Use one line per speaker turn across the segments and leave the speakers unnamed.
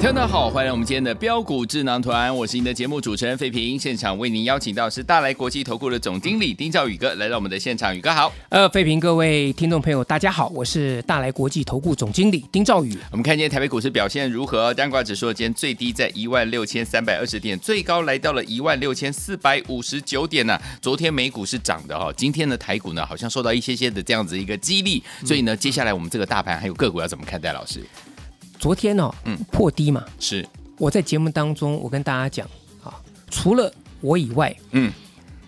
听众大家好，欢迎来我们今天的标股智囊团，我是您的节目主持人费平。现场为您邀请到是大来国际投顾的总经理丁兆宇哥来到我们的现场，宇哥好。
呃，费评各位听众朋友，大家好，我是大来国际投顾总经理丁兆宇。
我们看今天台北股市表现如何？单挂指数今天最低在一万六千三百二十点，最高来到了一万六千四百五十九点呢、昨天美股是涨的哦，今天的台股呢好像受到一些些的这样子一个激励，所以呢，接下来我们这个大盘还有个股要怎么看待？老师
昨天哦，
嗯
破低嘛，
是
我在节目当中我跟大家讲啊，除了我以外，
嗯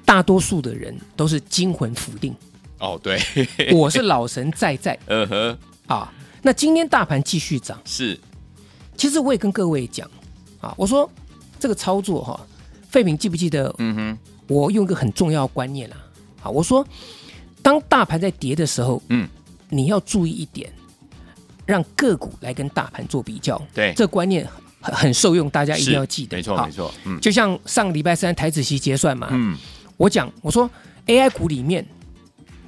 大多数的人都是惊魂甫 定，
哦对，
我是老神在在
呃呵
啊。那今天大盘继续涨，
是
其实我也跟各位讲啊，我说这个操作哈、费品记不记得
嗯哼
我用一个很重要的观念啦、啊，我说当大盘在跌的时候，
嗯
你要注意一点，让个股来跟大盘做比较。
对
这观念很很受用，大家一
是
定要记得。
没错
好
没。错，嗯
就像上礼拜三台子期结算嘛，
嗯
我讲我说 AI 股里面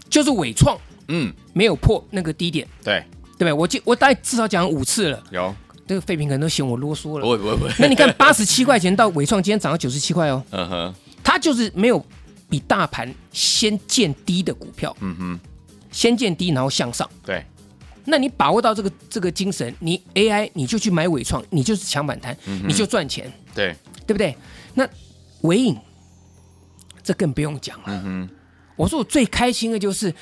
就是伟创
嗯
没有破那个低点，
对。
对不对？我记我大概至少讲五次了，
有，
这个废品可能都嫌我啰嗦
不
了。
会不会不 会。
那你看八十七块钱到伟创今天涨到九十七块哦，
嗯哼，
它就是没有比大盘先见低的股票，
嗯哼，
先见低然后向上。
对，
那你把握到这个这个精神，你 AI 你就去买伟创，你就是抢反弹，
嗯
你就赚钱，
对，
对不对？那伟影这更不用讲了。
嗯哼，
我说我最开心的就是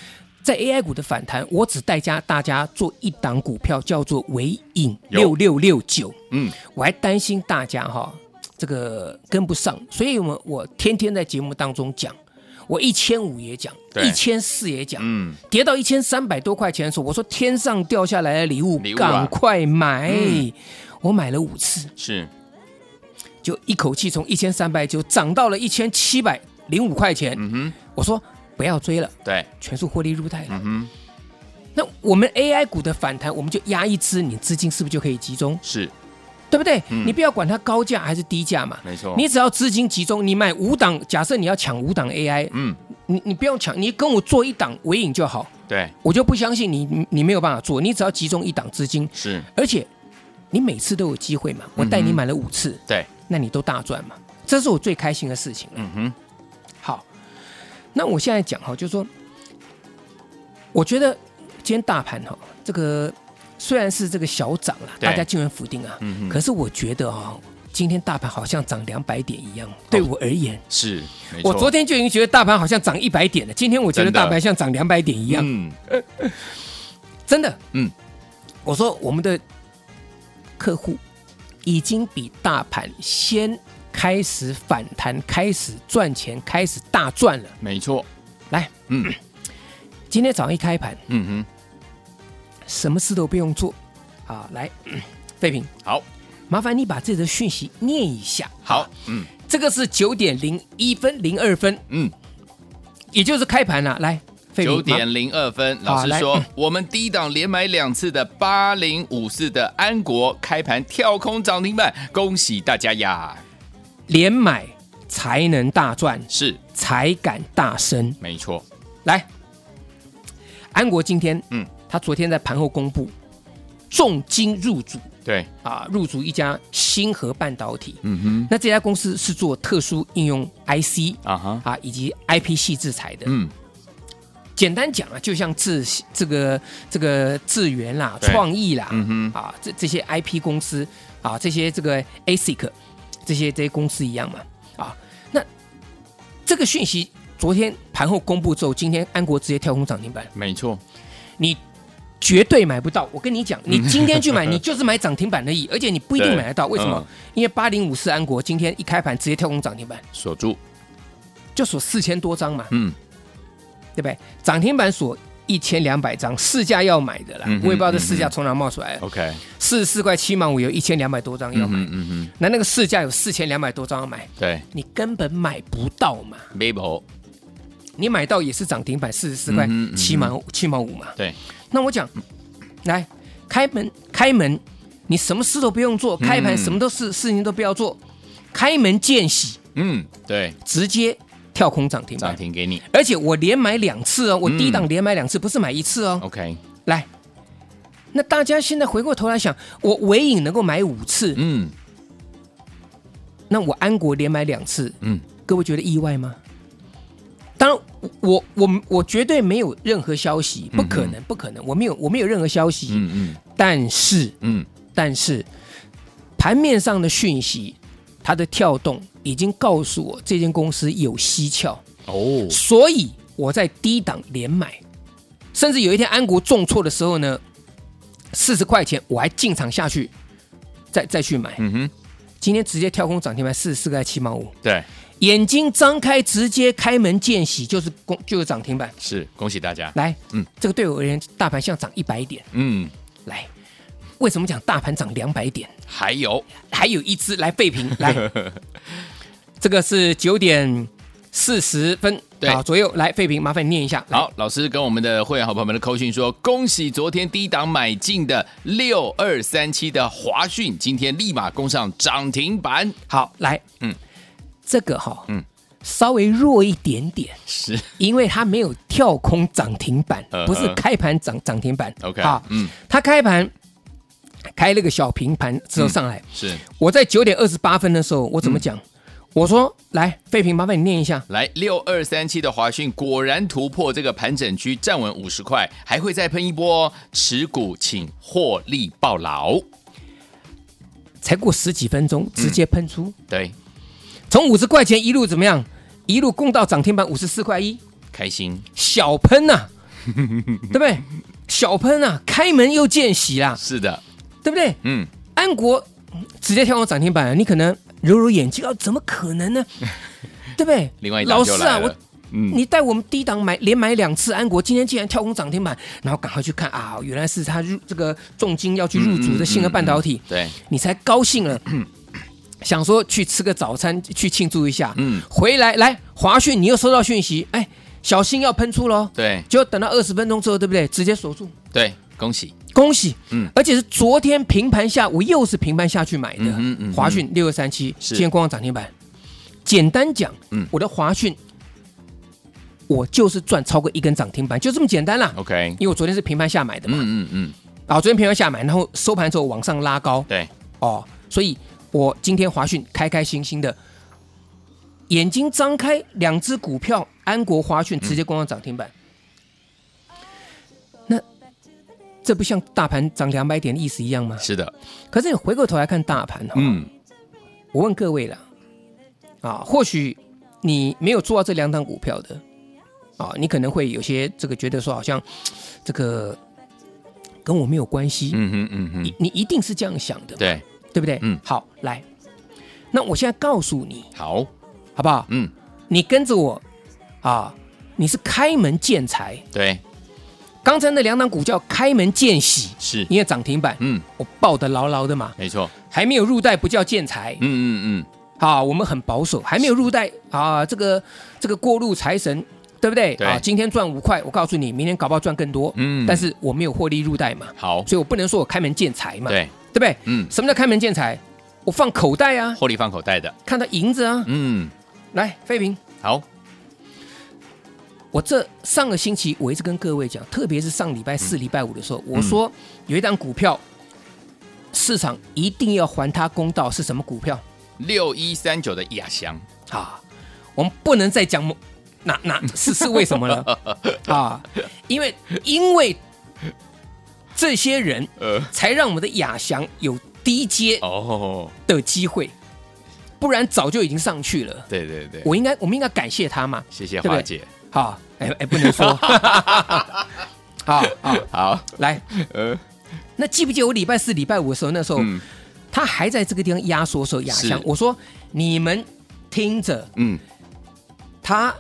在 AI 股的反弹，我只带家大家做一档股票叫做伟影
有
六六六九，
嗯，
我还担心大家哈、这个跟不上，所以我我天天在节目当中讲，我一千五也讲，
对
一千四也讲，
嗯，
跌到一千三百多块钱的时候，我说天上掉下来的礼物，
礼物啊
赶快买。
嗯
我买了五次，
是，
就一口气从一千三百九涨到了一千七百零五块钱。
嗯哼，
我说不要追了，
对，
全数获利入袋了。
嗯哼，
那我们 AI 股的反弹，我们就压一只，你资金是不是就可以集中？
是，
对不对？
嗯
你不要管它高价还是低价嘛，
没错，
你，只要资金集中，你买五档，假设你要抢五档 AI，
嗯，
你你不用抢，你跟我做一档尾影就好。
对，
我就不相信你，你你没有办法做，你只要集中一档资金，
是，
而且你每次都有机会嘛。我带
嗯
你买了五次，
对，
那你都大赚嘛，这是我最开心的事情了。
嗯哼，
好，那我现在讲哈，就是说，我觉得今天大盘哈，这个虽然是这个小涨了，
对
大家进入否定啊，
嗯哼
可是我觉得哈、今天大盘好像涨两百点一样，对我而言。
是，没错，
我昨天就已经觉得大盘好像涨一百点了，今天我觉得
真的
大盘像涨两百点一样，
嗯，
真的，
嗯，
我说我们的客户已经比大盘先开始反弹，开始赚钱，开始大赚了。
没错，
来，
嗯，
今天早上一开盘，
嗯
什么事都不用做啊，来，废品，
哼，好，
麻烦你把这则讯息念一下。
好，嗯
这个是九点零一分零二分，
嗯，
也就是开盘了、来，废品
九点零二分，老师
好来
说，我们低档连买两次的八零五四的安国开盘跳空涨停板，恭喜大家呀！
连买才能大赚，
是，
才敢大声。
没错，
来，安国今天，
嗯
嗯，他昨天在盘后公布重金入主
对，
啊，入主一家星河半导体。
嗯
那这家公司是做特殊应用 IC
哼，啊哈，
啊以及 IP 系制裁的。
嗯，
简单讲啊，就像智这个这个智源啦、
对
创意啦，
嗯
啊这这些 IP 公司啊，这些这个 ASIC 这些这些公司一样嘛。啊，那这个讯息昨天盘后公布之后，今天安国直接跳空涨停板。
没错，
你绝对买不到。我跟你讲，你今天去 买，你就是买涨停板而已，而且你不一定买得到。
对
为什么
嗯？
因为八零五四安国今天一开盘直接跳空涨停板，
锁住，
就锁四千多张嘛，
嗯，
对不对？涨停板锁一千两百张，市价要买的啦，
嗯哼
我也不知道这市价从哪冒出来的。
OK，
四十四块七毛五有一千两百多张要
嗯
买，
哼嗯哼，
那那个市价有四千两百多张要买，
对
你根本买不到嘛。
，Vivo，
你买到也是涨停板四十四块
嗯哼
七毛七毛五嘛。
对，
那我讲，来开门开门，你什么事都不用做，
嗯
开盘什么都事事情都不要做，开门见喜
嗯，对，
直接跳空涨停
涨
板，
停嗯给你
而且我连买两次哦，我低档连买两次，不是买一次哦。
，OK，
来，那大家现在回过头来想，我尾影能够买五次，
嗯
那我安国连买两次，
嗯，
各位觉得意外吗？当然，我我我绝对没有任何消息，不可能，不可能，我没有我没有任何消息。
嗯嗯
但是
嗯，
但是盘面上的讯息，它的跳动已经告诉我这间公司有蹊跷，
哦，
所以我在低档连买，甚至有一天安国重挫的时候呢，四十块钱我还进场下去，再再去买。
嗯哼，
今天直接跳空涨停板四十四块七毛五，
对，
眼睛张开直接开门见喜就是公就是涨停板。
是，恭喜大家，
来，
嗯
嗯，这个对我而言，大盘像涨一百点。
嗯，
来，为什么讲大盘涨两百点？
还有，
还有一只来 废品，来，这个是九点四十分
对
啊左右来废品，麻烦你念一下。来，
好，老师跟我们的会员好朋友们的扣讯说，恭喜昨天低档买进的六二三七的华讯，今天立马攻上涨停板。
好，来，
嗯
嗯，这个哈、
嗯
嗯，稍微弱一点点，
是
因为它没有跳空涨停板
嗯，
不是
嗯
开盘涨涨停板。
OK，
好，
嗯，
它开盘开了个小平盘之后上来，
是，
我在九点二十八分的时候，我怎
嗯
么讲？我说，来，废品，麻烦你念一下。
来六二三七的华讯果然突破这个盘整区，站稳五十块，还会再喷一波哦。持股请获利爆牢。
才过十几分钟，直
嗯
接喷出，
对，
从五十块钱一路怎么样，一路攻到涨停板五十四块一，
开心
小喷呐、对不对？小喷呐、开门又见喜啦，
是的，
对不对？
嗯，
安国嗯直接跳空涨停板，你可能揉揉眼睛，啊，怎么可能呢？对不对？
另外一档
老
就
师
来
啊，我
了。嗯，
你带我们低档买连买两次安国，今天竟然跳空涨停板，然后赶快去看啊，原来是他入这个重金要去入主的信和半导体，
对，
你才高兴 了，想说去吃个早餐去庆祝一下。
嗯
嗯，回来来华讯，你又收到讯息，哎，小心要喷出喽。
对，
就等到二十分钟之后，对不对？直接锁住，
对，恭喜，
恭喜！
嗯
嗯，而且是昨天平盘下，我又是平盘下去买的。
嗯哼嗯哼
华讯六二三七，
是
今天光涨停板。简单讲，
嗯
我的华讯，我就是赚超过一根涨停板，就这么简单啦。
，OK，
因为我昨天是平盘下买的嘛，
哦嗯嗯嗯，
啊，昨天平盘下买，然后收盘之后往上拉高，
对，
哦，所以我今天华讯开开心心的，眼睛张开，两只股票安国华讯直接攻上涨停板。那这不像大盘涨两百点的意思一样吗？
是的，
可是你回过头来看大盘哈、
嗯，
我问各位了，啊，或许你没有做到这两档股票的，啊，你可能会有些这个觉得说好像这个跟我没有关系，
嗯哼嗯
你
哼，
你一定是这样想的，
对，
对不对？
嗯
好，来，那我现在告诉你，
好，
好不好？
嗯，
你跟着我啊，你是开门见财。
对，
刚才那两档股叫开门见喜，
是，
因为涨停板，
嗯，
我抱得牢牢的嘛，
没错，
还没有入袋不叫见财。
嗯嗯嗯，
啊，我们很保守，还没有入袋啊，这个这个过路财神，对不对？
对
啊，今天赚五块，我告诉你，明天搞不好赚更多。
嗯
但是我没有获利入袋嘛，
好，
所以我不能说我开门见财嘛，
对，
对不对？
嗯，
什么叫开门见财？我放口袋啊，
获利放口袋的，
看到银子啊，
嗯，
来，飞平，
好，
我这上个星期我一直跟各位讲，特别是上礼拜四、礼拜五的时候，我说有一档股票，市场一定要还它公道，是什么股票
六一三九的亚翔，
啊？我们不能再讲某哪哪是是为什么了啊？因为因为这些人
呃，
才让我们的亚翔有低阶
哦，
的机会，不然早就已经上去了。
对对对，
我应该我们应该感谢他嘛？啊
谢谢
对不
华
对
姐，
好，哎哎，不能说，啊啊，
好，
来，
呃，
那记不记得我礼拜四、礼拜五的时候，那时候
嗯
他还在这个地方压缩的时候压
是
箱，我说你们听着，
嗯，
他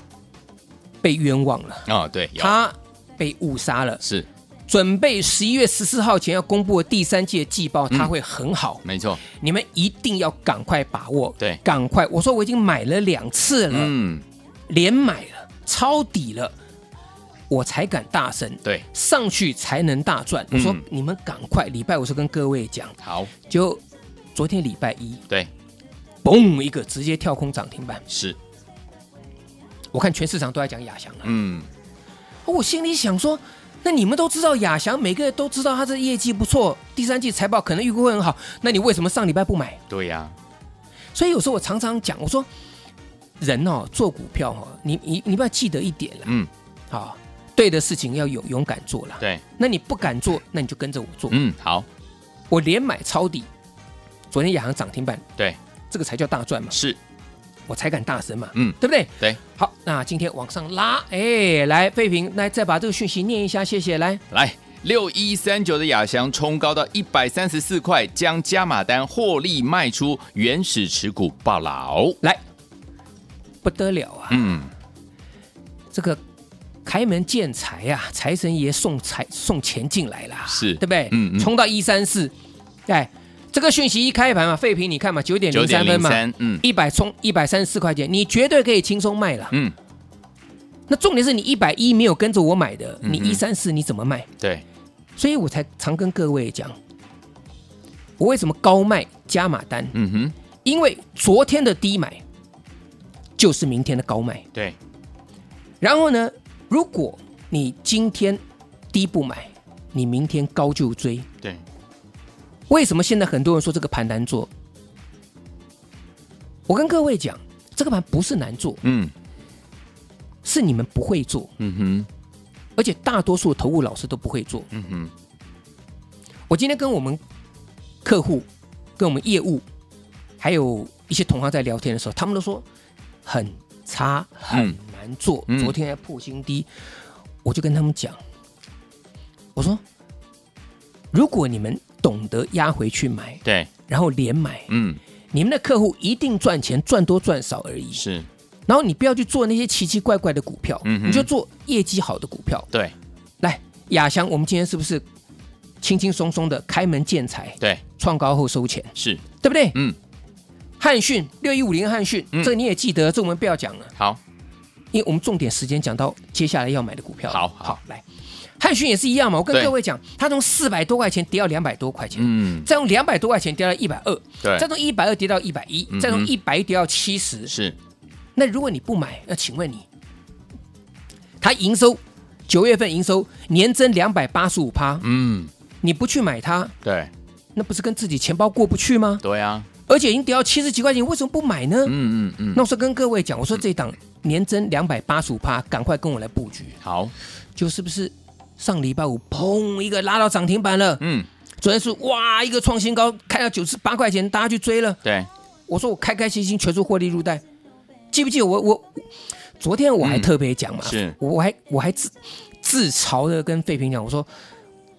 被冤枉了，
哦，对，有
他被误杀了，
是
准备十一月十四号前要公布的第三届季报，
嗯
他会很好，
没错，
你们一定要赶快把握，
对
赶快！我说我已经买了两次了，
嗯，
连买了，抄底了，我才敢大声，
对，
上去才能大赚。我说
嗯
你们赶快，礼拜五是跟各位讲，
好，
就昨天礼拜一，
对，
嘣一个直接跳空涨停板，
是，
我看全市场都在讲亚翔了，哦
嗯，
我心里想说。那你们都知道亚翔，每个都知道他这业绩不错，第三季财报可能预估会很好。那你为什么上礼拜不买？
对呀、
所以有时候我常常讲，我说人哦，做股票哦，你你你不要记得一点啦，
嗯，
啊、对的事情要有勇敢做啦。
对，
那你不敢做，那你就跟着我做。
嗯，好，
我连买抄底，昨天亚航涨停板，
对，
这个才叫大赚嘛，
是，
我才敢大声嘛，
嗯，
对不对？
对，
好，那今天往上拉，哎，来费平，来再把这个讯息念一下，谢谢。来，
来。六一三九的亚翔冲高到一百三十四块，将加码单获利卖出，原始持股报老。
来，不得了啊！
嗯，
这个开门见财啊，财神爷送财送钱进来啦，
是
对不对？
嗯嗯
冲到一三四，哎，这个讯息一开盘嘛，废品你看嘛，九点
九
零
点
三分
零
嘛，
三，嗯
一百冲一百三十四块钱，你绝对可以轻松卖了。
嗯，
那重点是你一百一没有跟着我买的，你
嗯
一三四你怎么卖？
对，
所以我才常跟各位讲，我为什么高卖加码单，
嗯哼，
因为昨天的低买就是明天的高卖。
对，
然后呢，如果你今天低不买，你明天高就追。
对，
为什么现在很多人说这个盘难做？我跟各位讲，这个盘不是难做，
嗯
是你们不会做，
嗯哼，
而且大多数的投顾老师都不会做。
嗯哼，
我今天跟我们客户、跟我们业务，还有一些同行在聊天的时候，他们都说很差、很难做。
嗯
昨天还破新低，我就跟他们讲，我说，如果你们懂得压回去买，
对，
然后连买，
嗯
你们的客户一定赚钱，赚多赚少而已。
是，
然后你不要去做那些奇奇怪怪的股票，
嗯哼
你就做业绩好的股票。
对
来，雅香，我们今天是不是轻轻松松的开门见财？
对
创高后收钱，
是，
对不对？
嗯
汉讯六一五零汉讯，
嗯
这个你也记得，这我们不要讲了，
好，
因为我们重点时间讲到接下来要买的股票。
好好
来，汉讯也是一样嘛，我跟
对
各位讲，它从四百多块钱跌到两百多块钱。
嗯
再从两百多块钱跌到一百二，
对
再，从一百二跌到一百一
嗯哼，
再从一百跌到七十。
是，
那如果你不买，那请问你，它营收九月份营收年增两百八十五趴，
嗯
你不去买它，
对
那不是跟自己钱包过不去吗？
对啊，
而且已经跌到七十几块钱，为什么不买呢？
嗯嗯嗯，
那我说跟各位讲，我说这档年增两百八十五趴，赶快跟我来布局，
好，
就是不是上礼拜五砰一个拉到涨停板了，
嗯
昨天是哇一个创新高，开到九十八块钱，大家去追了。
对，
我说我开开心心全数获利入袋，记不记得我我我昨天我还
嗯
特别讲嘛，
是
我还我还自自嘲的跟费平讲，我说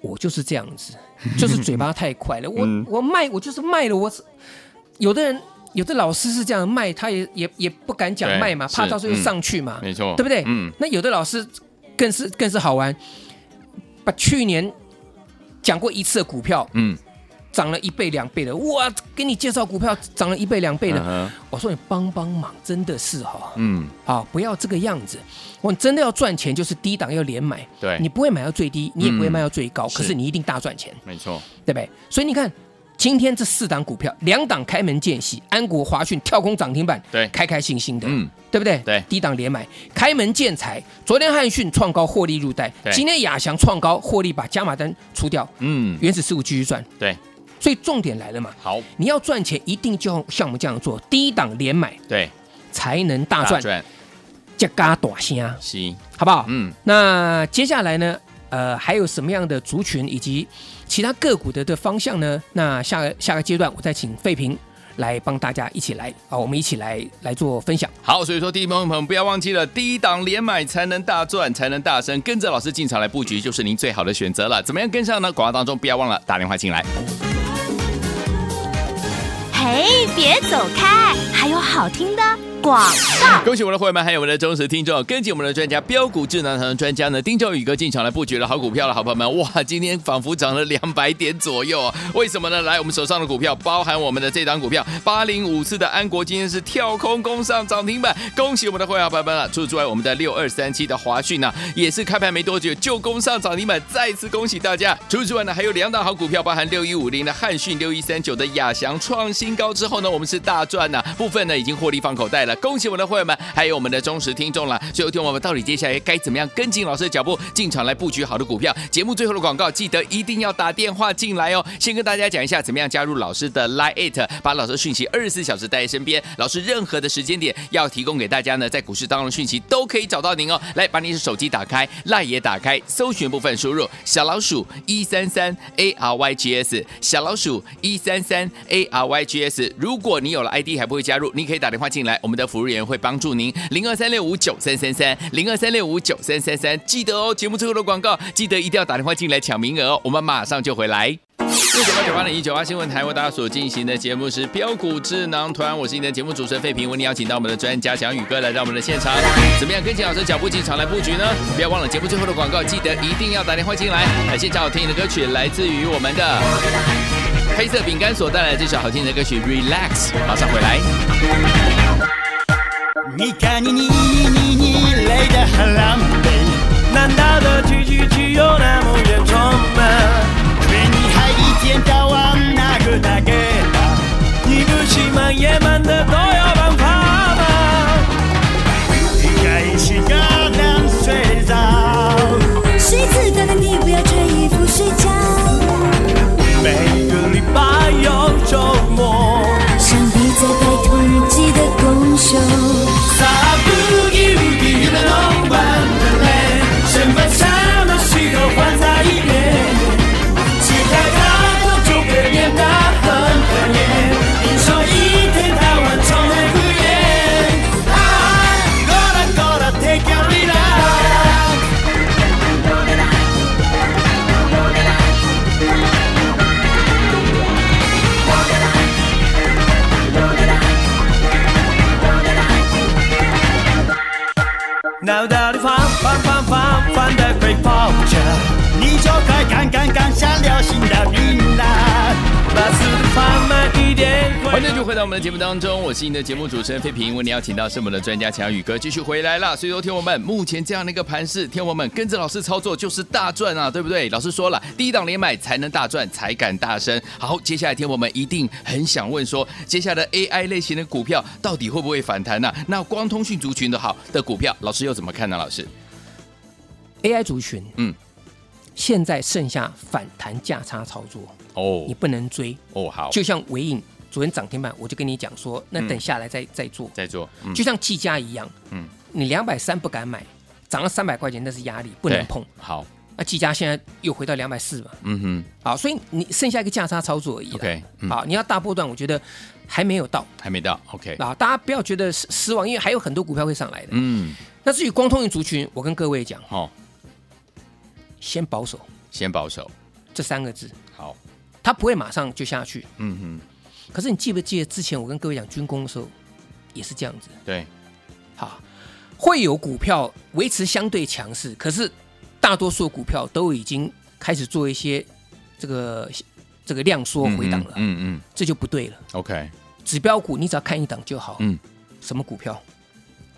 我就是这样子，就是嘴巴太快了，我、
嗯
我卖我就是卖了，我是有的人有的老师是这样卖，他也也也不敢讲
对
卖嘛，
是
怕到时候又
嗯
上去嘛，
没错，
对不对？
嗯
那有的老师更是更是好玩，把去年讲过一次的股票
嗯，
涨了一倍两倍的，哇，给你介绍股票涨了一倍两倍的。
嗯
我说你帮帮忙，真的是哈、
嗯
啊，不要这个样子。我真的要赚钱，就是低档要连买，
对，嗯
你不会买到最低，你也不会卖到最高，
是
可是你一定大赚钱，
没错，
对不对？所以你看，今天这四档股票，两档开门见喜，安国、华讯跳空涨停板，
对
开开心心的，
嗯
对不对？
对
低档连买，开门见财。昨天汉讯创高获利入袋
对，
今天亚翔创高获利把加码单除掉，
嗯
原始事物继续赚。
对，
所以重点来了嘛，
好，
你要赚钱，一定就要像我们这样做，低档连买
对，
才能大
大
赚，
赚，
加嘎短线啊，
行，
好不好？
嗯
那接下来呢，呃，还有什么样的族群以及其他个股的的方向呢？那下个下个阶段，我再请费平来帮大家一起来啊，我们一起来来做分享。
好，所以说，第一朋友们不要忘记了，第一档连买才能大赚，才能大升，跟着老师进场来布局，就是您最好的选择了。怎么样跟上呢？广告当中不要忘了打电话进来。
嘿，别走开，还有好听的广告。
恭喜我们的会员们，还有我们的忠实听众，跟紧我们的专家标股智能团专家呢，丁兆宇哥进场来布局了好股票了，好朋友们，哇，今天仿佛涨了两百点左右哦，为什么呢？来，我们手上的股票，包含我们的这档股票八零五四的安国，今天是跳空攻上涨停板，恭喜我们的会员好朋友们了。除此之外，我们的六二三七的华讯呢，也是开盘没多久就攻上涨停板，再次恭喜大家。除此之外呢，还有两档好股票，包含六一五零的汉讯、六一三九的亚翔创新高之后呢，我们是大赚呐、部分呢已经获利放口袋了，恭喜我们的会员们，还有我们的忠实听众了。所以，听我们到底接下来该怎么样跟进老师的脚步，进场来布局好的股票？节目最后的广告，记得一定要打电话进来哦。先跟大家讲一下，怎么样加入老师的 Line It，把老师的讯息二十四小时带在身边，老师任何的时间点要提供给大家呢，在股市当中的讯息都可以找到您哦。来，把你的手机打开，Line 也打开，搜寻部分输入小老鼠一三三 A R Y G S，小老鼠一三三 A R Y G S。如果你有了 ID 还不会加入，你可以打电话进来，我们的服务员会帮助您，零二三六五九三三三，零二三六五九三三三。记得哦，节目最后的广告，记得一定要打电话进来抢名额哦，我们马上就回来。六九八九八零一九八新闻台为大家所进行的节目是标股智囊团，我是你的节目主持人费平，为你邀请到我们的专家蒋宇哥来到我们的现场，怎么样跟紧老师脚步进场来布局呢？不要忘了节目最后的广告，记得一定要打电话进来。来，现场好听的歌曲来自于我们的黑色饼干所带来的这首好听的歌曲《Relax》，马上回来。
你看你你你你累得很狼狈，难道的结局只有那么严重吗？被你还一天到晚那个那个的，你不喜欢野蛮的都有办法吗？应该是个能睡着，
谁刺痛了你？不要穿衣服睡觉，
每个礼拜有周末，
上帝在拜托你记得拱手。
撒布吉比的龙湾的泪，什么什么事都换在一边。期待他多久变变大很可怜，你说一天到晚愁眉苦脸。啊，过来过来，take your relax。脑袋里翻翻翻翻翻的被抛着，你就该赶赶赶上流行的韵啦，把速度放慢一点。
欢迎就回到我们的节目当中，我是你的节目主持人费平。为你邀请到是我们的专家强宇哥继续回来了。所以说，天王们，目前这样的一个盘势，天王们跟着老师操作就是大赚啊，对不对？老师说了，第一档连买才能大赚，才敢大升。好，接下来天王们一定很想问说，接下来的 AI 类型的股票到底会不会反弹呢、啊那光通讯族群的好的股票，老师又怎么看呢？老师，
AI 族群，
嗯，
现在剩下反弹价差操作，
哦
你不能追。
哦，好，
就像尾影昨天涨停板，我就跟你讲说，那等下来再、再做。
在做，嗯
就像技嘉一样，
嗯
嗯，你两百三不敢买，涨了三百块钱那是压力，不
对
能碰。
好，
那技嘉现在又回到两百四嘛，
嗯哼
好，所以你剩下一个价差操作而已啦。
，OK，嗯，
好，你要大波段，我觉得还没有到
还没到，OK，
啊，大家不要觉得失失望，因为还有很多股票会上来的。
嗯，
那至于光通运族群，我跟各位讲，
好，
先保守
先保守，
这三个字，
好，
它不会马上就下去。
嗯
可是你记不记得之前我跟各位讲军工的时候，也是这样子，
哼，对，
好，会有股票维持相对强势，可是大多数股票都已经开始做一些这个这个量缩回档了，
嗯嗯
这就不对了。
嗯，OK，
指标股你只要看一档就好，
嗯。
什么股票？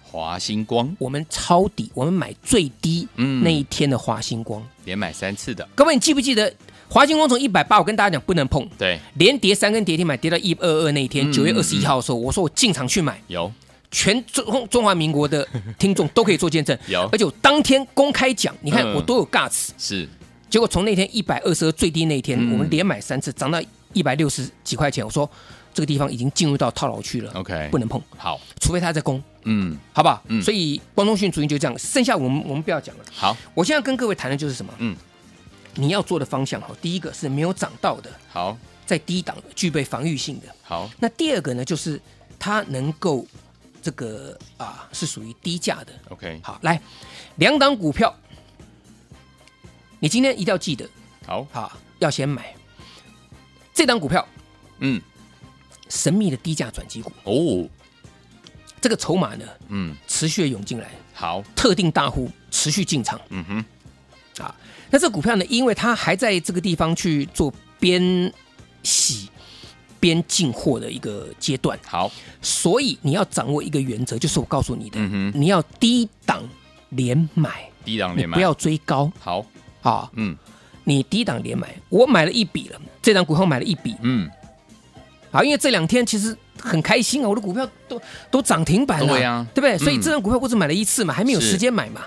华星光
我们抄底，我们买最低
嗯
那一天的华星光。
连买三次的，
各位，你记不记得华星光从一百八，我跟大家讲不能碰，
对，
连跌三根跌停板，跌到一二二那
嗯
一天，九月
嗯
二十一号的时候，我说我进场去买，
有。
全中中华民国的听众都可以做见证
有
而且我当天公开讲，你看
嗯
我多有 guts。
是，
结果从那天一百二十二最低那一天，
嗯
我们连买三次，涨到一百六十几块钱。我说这个地方已经进入到套牢区了
OK
不能碰，
好，
除非它在攻，
嗯，
好不好？
嗯
所以光通讯族群就这样，剩下我们我们不要讲了。
好，
我现在跟各位谈的就是什么？
嗯，
你要做的方向哈，第一个是没有涨到的，
好，
在低档的具备防御性的。
好，
那第二个呢，就是它能够这个啊是属于低价的。
，OK，
好，来两档股票，你今天一定要记得
好，
啊，要先买这档股票，
嗯，
神秘的低价转机股，
哦，
这个筹码呢
嗯，
持续的涌进来，
好，
特定大户持续进场
嗯哼，
啊。那这股票呢，因为它还在这个地方去做边洗边进货的一个阶段，
好，
所以你要掌握一个原则，就是我告诉你的，
嗯哼
你要低档连买，
低档
你
连麦，
不要追高
好，
啊。
嗯
你低档连买，我买了一笔了，这档股票买了一笔
嗯，
啊，因为这两天其实很开心啊，我的股票都都涨停板了，
对啊
对不对？
嗯
所以这档股票我只买了一次嘛，还没有
是
时间买嘛。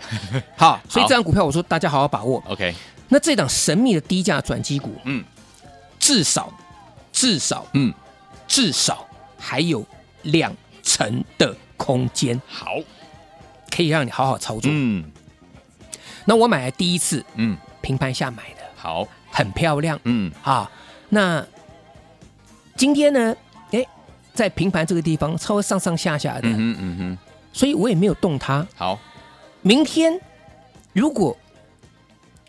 好，所以
好
这档股票我说大家好好把握。
，OK，
那这档神秘的低价转机股，
嗯
至少至少
嗯，
至少还有两成的空间，
好，
可以让你好好操作。
嗯
那我买了第一次
嗯，
平盘下买的，
好，
很漂亮。
嗯
啊。那今天呢，哎，在平盘这个地方稍微上上下下的，
嗯哼嗯哼，
所以我也没有动它。
好，
明天如果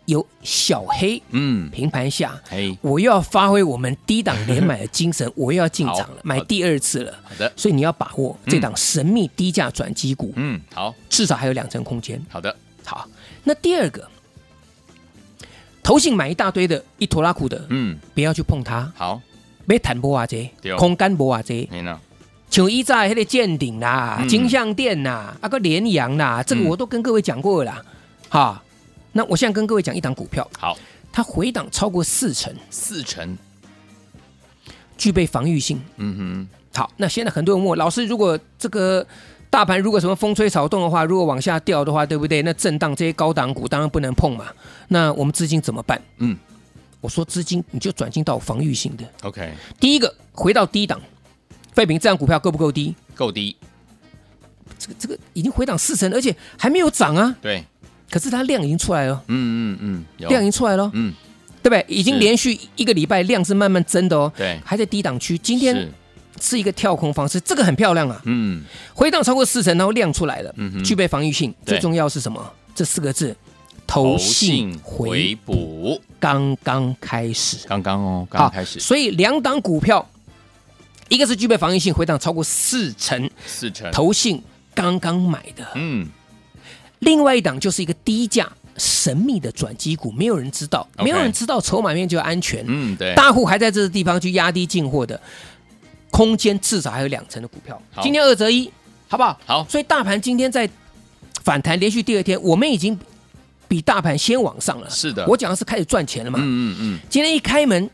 有小黑
嗯，
平盘下，
嘿，
我又要发挥我们低档连买的精神，我又要进场
好嗯
了，买第二次了。
好的，
所以你要把握这档神秘低价转机股，
嗯，好
至少还有两成空间。
好的，
好，那第二个，投信买一大堆的一坨拉苦的，
嗯，
不要去碰它。
好，
要谈无偌济
对，哦
空间无偌济，
没呢，
像以前迄个建鼎啦
嗯、
金像店啦、啊个联阳啦，这个
嗯
我都跟各位讲过了啦，哈。那我现在跟各位讲一档股票，
好，
它回档超过四成，
四成，
具备防御性。
嗯
好，那现在很多人问我，老师，如果这个大盘如果什么风吹草动的话，如果往下掉的话，对不对？那震荡这些高档股当然不能碰嘛。那我们资金怎么办？
嗯，
我说资金你就转进到防御性的。
哼，OK，
第一个回到低档，废品这档股票够不够低？
够低，
这个这个已经回档四成，而且还没有涨啊。
对，
可是它量已经出来了，
嗯嗯嗯，有
量已经出来了，
嗯，
对不对？已经
是
连续一个礼拜量是慢慢增的哦。
对
还在低档区。今
是
天是一个跳空方式，这个很漂亮啊，
嗯，
回档超过四成，然后量出来了，
嗯哼
具备防御性。
对
最重要是什么？这四个字，投信回
补，
刚刚开始。
刚刚哦，刚
好，
刚开始
所以两档股票，一个是具备防御性，回档超过四成，
四成，
投信刚刚买的。
嗯
另外一档就是一个低价神秘的转机股，没有人知道，
OK
没有人知道筹码面就要安全，
嗯，对，
大户还在这个地方去压低进货的，空间至少还有两成的股票
好，
今天二择一，好不好？
好
所以大盘今天在反弹，连续第二天，我们已经比大盘先往上了。
是的
我讲的是开始赚钱了嘛。
嗯嗯嗯，
今天一开门。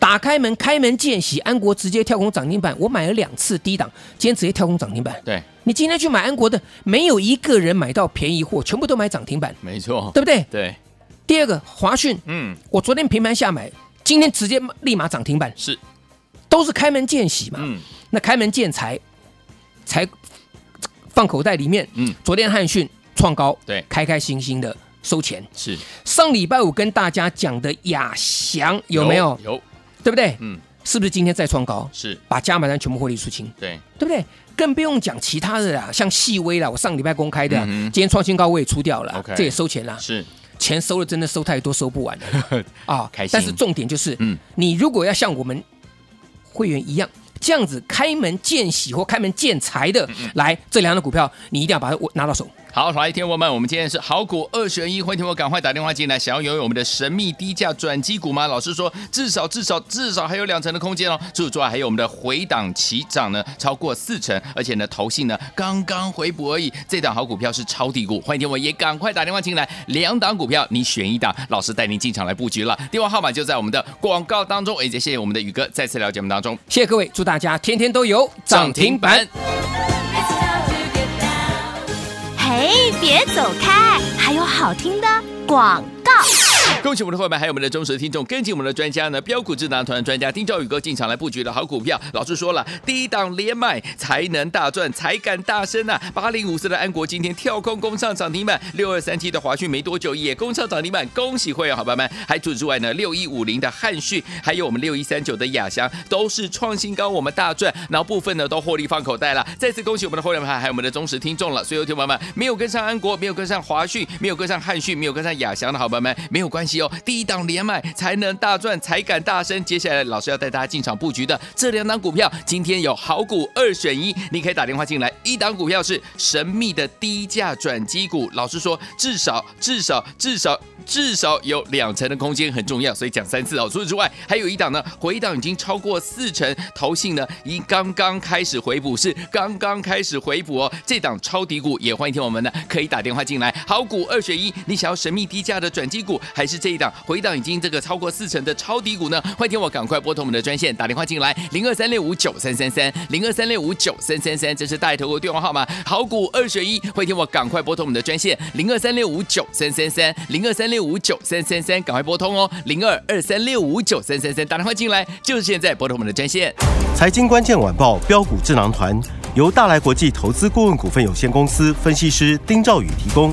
打开门，开门见喜，安国直接跳空涨停板。我买了两次低档，今天直接跳空涨停板。
对，
你今天去买安国的，没有一个人买到便宜货，全部都买涨停板，
没错，
对不对？
对，
第二个华讯，
嗯，
我昨天平盘下买，今天直接立马涨停板，
是，
都是开门见喜嘛。
嗯
那开门见财，财放口袋里面。
嗯，
昨天汉讯创高，
对
开开心心的收钱。
是，
上礼拜五跟大家讲的亚翔有没有？
有，
对不对？
嗯，
是不是今天再创高？
是，
把加码单全部获利出清。
对，
对不对？更不用讲其他的啦，像细微啦，我上礼拜公开的啊，
嗯哼
今天创新高我也出掉了啊
OK
这也收钱啦，
是，
钱收了真的收太多，收不完了啊
开心
但是重点就是，
嗯
你如果要像我们会员一样。这样子开门见喜或开门见财的来这两档股票，你一定要把它我拿到手。
好，来，天王们，我们今天是好股二选一，欢迎听我赶快打电话进来，想要拥有我们的神秘低价转机股吗？老师说，至少至少至少还有两成的空间哦。除此之外，还有我们的回档起涨呢，超过四成，而且呢，投信呢刚刚回补而已。这档好股票是超低股，欢迎听我也赶快打电话进来，两档股票你选一档，老师带您进场来布局了。电话号码就在我们的广告当中，也谢谢我们的宇哥再次了解我们当中。
谢谢各位，祝大家天天都有涨停板。
嘿，别走开，还有好听的广告。
恭喜我们的伙伴，还有我们的忠实听众，跟紧我们的专家呢，标股智囊团专家丁兆宇哥进场来布局的好股票。老师说了，低档连买才能大赚，才敢大声呐、啊！八零五四的安国今天跳空攻上涨停板，六二三七的华讯没多久也攻上涨停板，恭喜会员伙伴们！还除此之外呢，六一五零的汉讯，还有我们六一三九的亚翔，都是创新高，我们大赚，然后部分呢都获利放口袋了。再次恭喜我们的会员们，还有我们的忠实听众了。所以，有听友们没有跟上安国，没有跟上华讯，没有跟上汉讯，没有跟上亚翔的好朋友们，没有关系哦，第一档连买才能大赚，才敢大声。接下来老师要带大家进场布局的这两档股票，今天有好股二选一，你可以打电话进来。一档股票是神秘的低价转机股，老师说至少至少至少至少有两成的空间很重要，所以讲三次哦。除此之外，还有一档呢，回档已经超过四成，投信呢已刚刚开始回补，是刚刚开始回补哦。这档超低股也欢迎听我们呢可以打电话进来，好股二选一，你想要神秘低价的转机股，还是这一档回档已经这个超过四成的超低股呢？欢迎听我赶快拨通我们的专线打电话进来，零二三六五九三三三，零二三六五九三三三，这是带头的电话号码，好股二选一，欢迎听我赶快拨通我们的专线零二三六五九三三三，零二三六五九三三三，赶快拨通哦，零二二三六五九三三三，打电话进来就是现在拨通我们的专线。
财经关键晚报标股智囊团由大来国际投资顾问股份有限公司分析师丁兆宇提供。